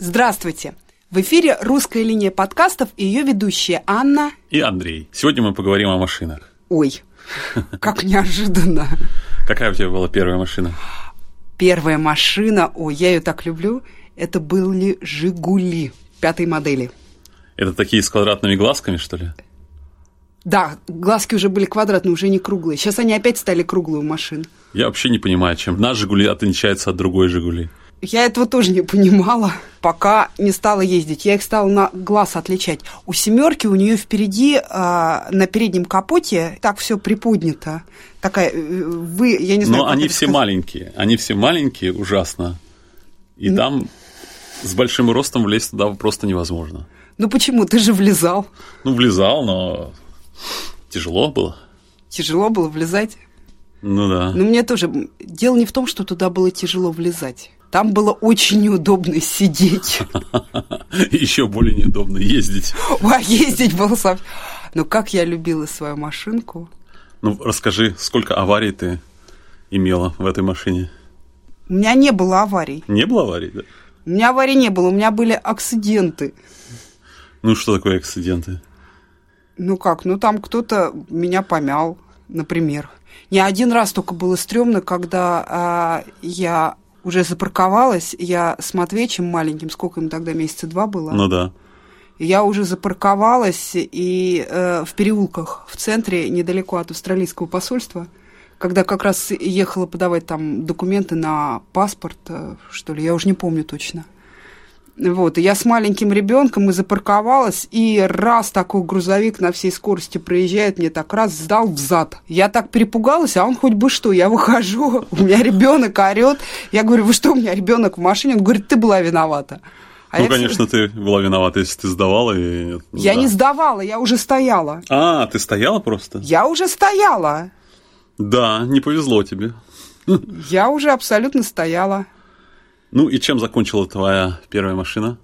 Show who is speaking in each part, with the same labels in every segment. Speaker 1: Здравствуйте! В эфире «Русская линия подкастов» и ее ведущие Анна...
Speaker 2: И Андрей. Сегодня мы поговорим о машинах.
Speaker 1: Ой, как неожиданно!
Speaker 2: Какая у тебя была первая машина?
Speaker 1: Первая машина, ой, я ее так люблю, это были «Жигули» пятой модели.
Speaker 2: Это такие с квадратными глазками, что ли?
Speaker 1: Да, глазки уже были квадратные, уже не круглые. Сейчас они опять стали круглые у машин.
Speaker 2: Я вообще не понимаю, чем наш «Жигули» отличается от другой «Жигули».
Speaker 1: Я этого тоже не понимала, пока не стала ездить. Я их стала на глаз отличать. У семерки у нее впереди э, на переднем капоте так все приподнято. Такая, э, вы, я не знаю.
Speaker 2: Но
Speaker 1: как
Speaker 2: они
Speaker 1: это
Speaker 2: все
Speaker 1: сказать.
Speaker 2: маленькие. Они все маленькие, ужасно. И там с большим ростом влезть туда просто невозможно.
Speaker 1: Ну почему? Ты же влезал.
Speaker 2: Ну, влезал, но тяжело было.
Speaker 1: Тяжело было влезать.
Speaker 2: Ну да.
Speaker 1: Но мне тоже. м, Дело не в том, что туда было тяжело влезать. Там было очень неудобно сидеть.
Speaker 2: Еще более неудобно ездить.
Speaker 1: А ездить было совсем... Но как я любила свою машинку.
Speaker 2: Ну, расскажи, сколько аварий ты имела в этой машине?
Speaker 1: У меня не было аварий.
Speaker 2: Не было аварий, да?
Speaker 1: У меня аварий не было, у меня были акциденты.
Speaker 2: Ну, что такое акциденты?
Speaker 1: Ну как, ну там кто-то меня помял, например. Не один раз только было стрёмно, когда а, я уже запарковалась, я с Матвеичем маленьким, сколько им тогда, месяца два было,
Speaker 2: Ну да.
Speaker 1: я уже запарковалась и э, в переулках в центре, недалеко от австралийского посольства, когда как раз ехала подавать там документы на паспорт, э, что ли, я уже не помню точно. Вот, и я с маленьким ребенком и запарковалась, и раз такой грузовик на всей скорости проезжает, мне так раз сдал взад. Я так перепугалась, а он хоть бы что, я выхожу, у меня ребенок орет. Я говорю, вы что, у меня ребенок в машине? Он говорит, ты была виновата. А
Speaker 2: ну,
Speaker 1: я всё-
Speaker 2: конечно, ты была виновата, если ты сдавала и нет. ну
Speaker 1: я
Speaker 2: да.
Speaker 1: не сдавала, я уже стояла.
Speaker 2: А, ты стояла просто?
Speaker 1: Я уже стояла.
Speaker 2: Да, не повезло тебе.
Speaker 1: Я уже абсолютно стояла.
Speaker 2: Ну и чем закончила твоя первая машина?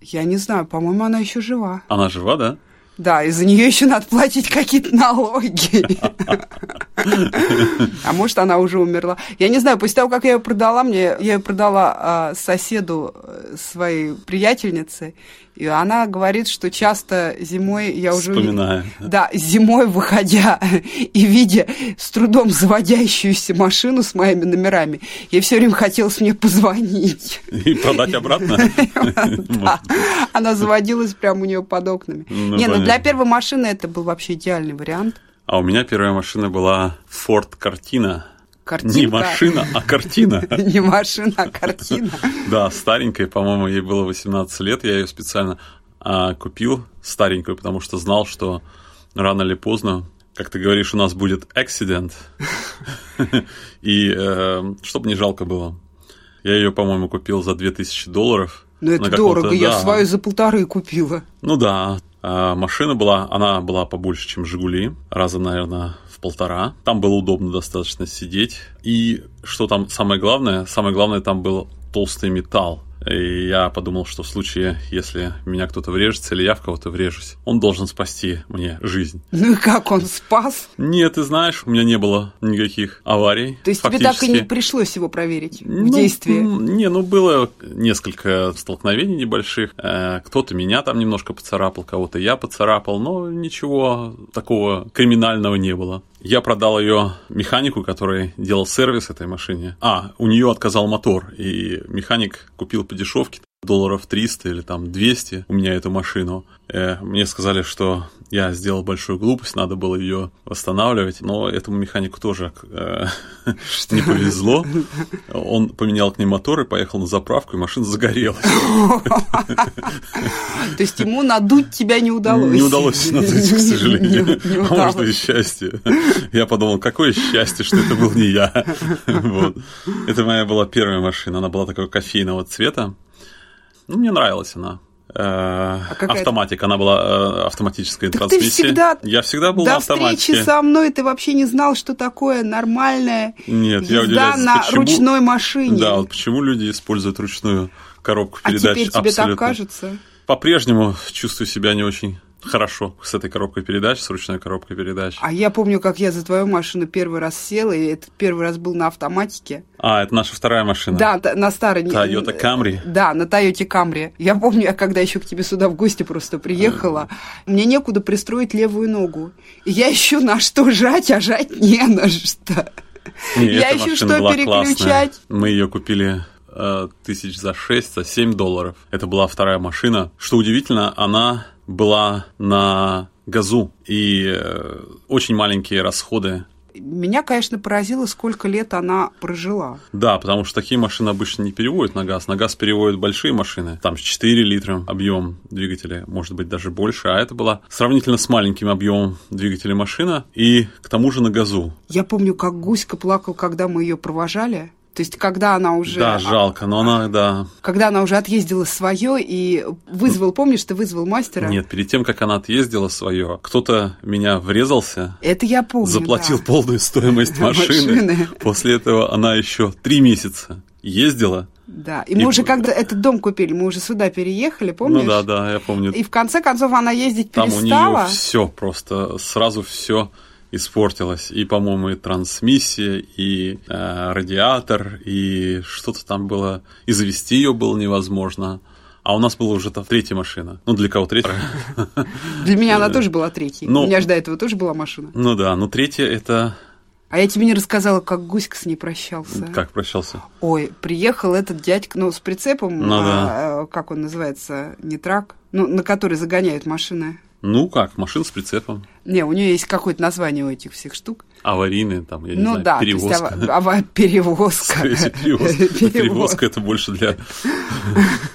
Speaker 1: Я не знаю, по-моему, она еще жива.
Speaker 2: Она жива, да?
Speaker 1: Да, и за нее еще надо платить какие-то налоги. А может, она уже умерла. Я не знаю, после того, как я ее продала, мне я ее продала а, соседу э, своей приятельнице, и она говорит, что часто зимой я уже... увид-
Speaker 2: Вспоминаю.
Speaker 1: Да, зимой выходя и видя с трудом заводящуюся машину с моими номерами, ей все время хотелось мне позвонить.
Speaker 2: И продать обратно?
Speaker 1: Да. Она заводилась прямо у нее под окнами.
Speaker 2: Ну,
Speaker 1: Не, ну для
Speaker 2: понятно.
Speaker 1: первой машины это был вообще идеальный вариант.
Speaker 2: А у меня первая машина была Ford Cortina. Не
Speaker 1: Картинка.
Speaker 2: машина, а картина.
Speaker 1: Не машина, а картина.
Speaker 2: Да, старенькая, по-моему, ей было 18 лет. Я ее специально а, купил, старенькую, потому что знал, что рано или поздно, как ты говоришь, у нас будет accident. И э, чтобы не жалко было. Я ее, по-моему, купил за 2000 долларов.
Speaker 1: Но
Speaker 2: На
Speaker 1: Ну, это
Speaker 2: каком-то-
Speaker 1: дорого, я
Speaker 2: да.
Speaker 1: свою за полторы купила.
Speaker 2: Ну да, а, машина была, она была побольше, чем «Жигули», раза, наверное, в полтора. Там было удобно достаточно сидеть. И что там самое главное? Самое главное, там был толстый металл. И я подумал, что в случае, если в меня кто-то врежется или я в кого-то врежусь, он должен спасти мне жизнь.
Speaker 1: Ну и как он спас?
Speaker 2: Нет, ты знаешь, у меня не было никаких аварий.
Speaker 1: То есть тебе так и не
Speaker 2: фактически.
Speaker 1: пришлось его проверить в
Speaker 2: Ну,
Speaker 1: действии?
Speaker 2: м, Не, ну было несколько столкновений небольших. Э, Кто-то меня там немножко поцарапал, кого-то я поцарапал, но ничего такого криминального не было. Я продал ее механику, который делал сервис этой машине. А, у нее отказал мотор, и механик купил по дешевке долларов 300 или там 200 у меня эту машину. Э, Мне сказали, что я сделал большую глупость, надо было ее восстанавливать, но этому механику тоже э, не повезло. Он поменял к ней мотор и поехал на заправку, и машина загорелась.
Speaker 1: То есть ему надуть тебя не удалось?
Speaker 2: Не удалось надуть, к сожалению.
Speaker 1: Не- не
Speaker 2: А может, и
Speaker 1: удалось.
Speaker 2: счастье. Я подумал, какое счастье, что это был не я. Вот. Это моя была первая машина. Она была такого кофейного цвета. Ну, мне нравилась она. Э,
Speaker 1: какая-
Speaker 2: Автоматика, она была э, автоматическая
Speaker 1: А Так ты
Speaker 2: трансмиссия.
Speaker 1: всегда-
Speaker 2: Я всегда был на
Speaker 1: До
Speaker 2: автоматике.
Speaker 1: встречи со мной ты вообще не знал, что такое нормальная
Speaker 2: Нет,
Speaker 1: езда
Speaker 2: я удивляюсь,
Speaker 1: на
Speaker 2: почему-
Speaker 1: ручной машине.
Speaker 2: Да, вот почему люди используют ручную коробку
Speaker 1: а
Speaker 2: передач
Speaker 1: теперь тебе так
Speaker 2: абсолютно.
Speaker 1: кажется?
Speaker 2: По-прежнему чувствую себя не очень хорошо с этой коробкой передач, с ручной коробкой передач.
Speaker 1: А я помню, как я за твою машину первый раз села, и это первый раз был на автоматике.
Speaker 2: А, это наша вторая машина.
Speaker 1: Да, та- на старой... не-
Speaker 2: Toyota Camry.
Speaker 1: Да, на Тойоте Камри. Я помню, я когда еще к тебе сюда в гости просто приехала, мне некуда пристроить левую ногу. И я ищу на что жать, а жать не на что.
Speaker 2: Не,
Speaker 1: Я
Speaker 2: эта
Speaker 1: ищу,
Speaker 2: машина
Speaker 1: что
Speaker 2: была
Speaker 1: переключать.
Speaker 2: классная. Мы ее купили э, тысяч за 6, за 7 долларов. Это была вторая машина. Что удивительно, она была на газу. И э, очень маленькие расходы.
Speaker 1: Меня, конечно, поразило, сколько лет она прожила.
Speaker 2: Да, потому что такие машины обычно не переводят на газ. На газ переводят большие машины. Там 4 литра объем двигателя, может быть, даже больше. А это была сравнительно с маленьким объемом двигателя машина. И к тому же на газу.
Speaker 1: Я помню, как Гуська плакал, когда мы ее провожали. То есть, когда она уже...
Speaker 2: Да, жалко, но она, да,
Speaker 1: Когда она уже отъездила свое и вызвал, помнишь, ты вызвал мастера?
Speaker 2: Нет, перед тем, как она отъездила свое, кто-то меня врезался,
Speaker 1: Это я помню.
Speaker 2: заплатил
Speaker 1: да.
Speaker 2: полную стоимость машины.
Speaker 1: Машины.
Speaker 2: После этого она еще три месяца ездила.
Speaker 1: Да. И мы
Speaker 2: И-
Speaker 1: уже когда этот дом купили, мы уже сюда переехали, помнишь?
Speaker 2: Ну да, да, я помню.
Speaker 1: И в конце концов она ездить
Speaker 2: Там у
Speaker 1: перестала.
Speaker 2: нее все просто сразу все испортилось. И, по-моему, и трансмиссия, и э, радиатор, и что-то там было. И завести ее было невозможно. А у нас была уже там третья машина. Ну, для кого третья?
Speaker 1: Для меня она тоже была третьей.
Speaker 2: Ну-
Speaker 1: У меня же до этого тоже была машина.
Speaker 2: Ну да, ну третья это...
Speaker 1: А я тебе не рассказала, как Гуська с ней прощался.
Speaker 2: Как прощался?
Speaker 1: Ой, приехал этот дядька, ну, с прицепом,
Speaker 2: Ну
Speaker 1: а,
Speaker 2: да.
Speaker 1: э, как он называется, не трак, ну, на который загоняют машины.
Speaker 2: Ну как, машина с прицепом.
Speaker 1: Не, у нее есть какое-то название у этих всех штук.
Speaker 2: аварийные, там, я не
Speaker 1: ну
Speaker 2: знаю,
Speaker 1: да,
Speaker 2: перевозка.
Speaker 1: то есть ава- ава- перевозка.
Speaker 2: Скорее всего, перевозка. Перевозка это больше для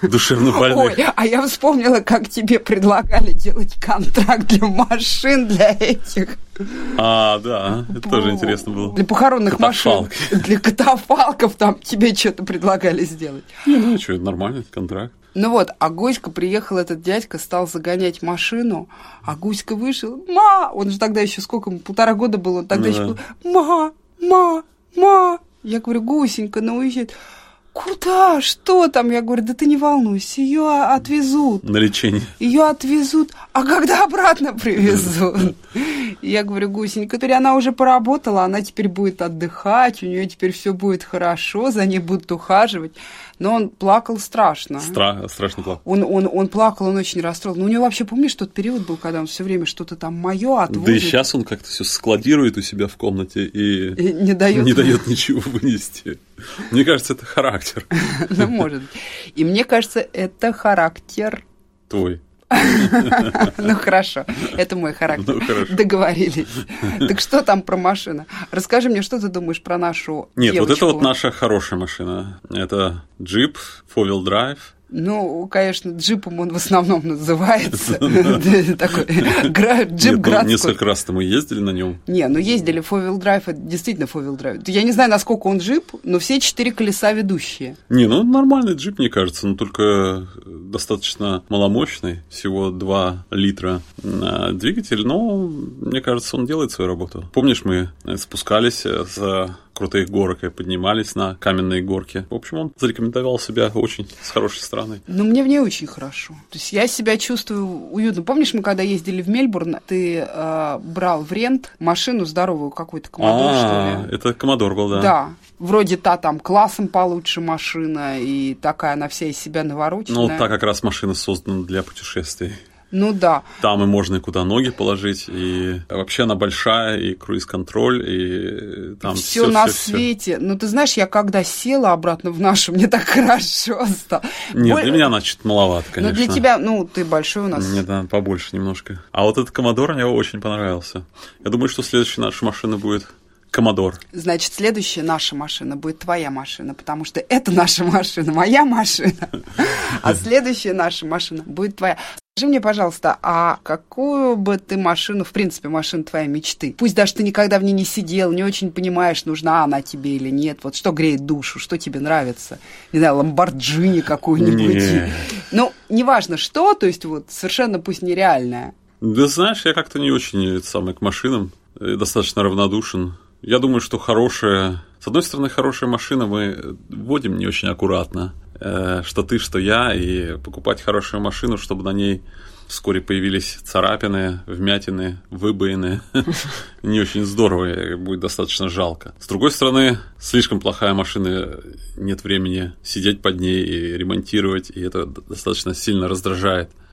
Speaker 2: душевнобольных.
Speaker 1: Ой, а я вспомнила, как тебе предлагали делать контракт для машин, для этих. Ну,
Speaker 2: А, да, это тоже интересно было.
Speaker 1: Для похоронных машин. Для катафалков там тебе что-то предлагали сделать.
Speaker 2: Не, ну что, нормальный контракт.
Speaker 1: Ну вот, а Гуська приехал, этот дядька стал загонять машину, а Гуська вышел, ма! Он же тогда еще сколько, ему, полтора года было, он тогда
Speaker 2: Ну
Speaker 1: еще
Speaker 2: да.
Speaker 1: был, ма, ма, ма! Я говорю, Гусенька, ну уезжает. Куда? Что там? Я говорю, да ты не волнуйся, ее отвезут.
Speaker 2: На лечение.
Speaker 1: Ее отвезут, а когда обратно привезут? Я говорю, Гусенька, теперь она уже поработала, она теперь будет отдыхать, у нее теперь все будет хорошо, за ней будут ухаживать. Но он плакал страшно.
Speaker 2: Стра- страшно плохо.
Speaker 1: Он, он, он плакал, он очень расстроился. Но у него вообще, помнишь, тот период был, когда он все время что-то там мое отводит.
Speaker 2: Да и сейчас он как-то все складирует у себя в комнате и
Speaker 1: и Э, не дает.
Speaker 2: не дает ничего вынести. Мне кажется, это характер
Speaker 1: Ну, может. быть. И мне кажется, это характер.
Speaker 2: твой.
Speaker 1: Ну, хорошо. Это мой характер.
Speaker 2: Ну, хорошо.
Speaker 1: Договорились. Так что там про машина? Расскажи мне, что ты думаешь про нашу
Speaker 2: Нет, вот это
Speaker 1: девочку?
Speaker 2: вот наша хорошая машина. Это джип, four-wheel drive.
Speaker 1: Ну, конечно, джипом он в основном называется. Такой гра- джип
Speaker 2: Нет, ну,
Speaker 1: городской.
Speaker 2: несколько раз-то мы ездили на нем.
Speaker 1: Не, ну ездили фовил драйв, это действительно фовил драйв. Я не знаю, насколько он джип, но все четыре колеса ведущие.
Speaker 2: Не, ну нормальный джип, мне кажется, но только э, достаточно маломощный, всего 2 литра э, двигатель, но мне кажется, он делает свою работу. Помнишь, мы э, спускались э, с крутых горок и поднимались на каменные горки. В общем, он зарекомендовал себя очень с хорошей стороны.
Speaker 1: Но мне в ней очень хорошо. То есть я себя чувствую уютно. Помнишь, мы когда ездили в Мельбурн, ты э, брал в рент машину здоровую какую-то комоду,
Speaker 2: А,
Speaker 1: что ли?
Speaker 2: это Комодор был, да.
Speaker 1: Да. Вроде та там классом получше машина, и такая она вся из себя навороченная.
Speaker 2: Ну, вот та как раз машина создана для путешествий.
Speaker 1: Ну да.
Speaker 2: Там и можно и куда ноги положить, и вообще она большая, и круиз-контроль, и э, там
Speaker 1: все,
Speaker 2: все,
Speaker 1: на свете. Ну, ты знаешь, я когда села обратно в нашу, мне так хорошо стало.
Speaker 2: Нет,
Speaker 1: Боль-
Speaker 2: для меня она чуть маловато,
Speaker 1: Ну,
Speaker 2: конечно.
Speaker 1: для тебя, ну, ты большой у нас.
Speaker 2: Мне, да, побольше немножко. А вот этот Комодор мне очень понравился. Я думаю, что следующая наша машина будет Комодор.
Speaker 1: Значит, следующая наша машина будет твоя машина, потому что это наша машина, моя машина. А следующая наша машина будет твоя. Скажи мне, пожалуйста, а какую бы ты машину, в принципе, машину твоей мечты? Пусть даже ты никогда в ней не сидел, не очень понимаешь, нужна она тебе или нет. Вот что греет душу, что тебе нравится? Не знаю, ламборджини какую-нибудь.
Speaker 2: Не.
Speaker 1: Ну, неважно что, то есть вот совершенно пусть нереальная.
Speaker 2: Да знаешь, я как-то не очень это самое, к машинам э, достаточно равнодушен. Я думаю, что хорошая, С одной стороны, хорошая машина мы вводим не очень аккуратно, э, что ты, что я, и покупать хорошую машину, чтобы на ней вскоре появились царапины, вмятины, выбоины. Не очень здорово, и будет достаточно жалко. С другой стороны, слишком плохая машина, нет времени сидеть под ней и ремонтировать, и это достаточно сильно раздражает.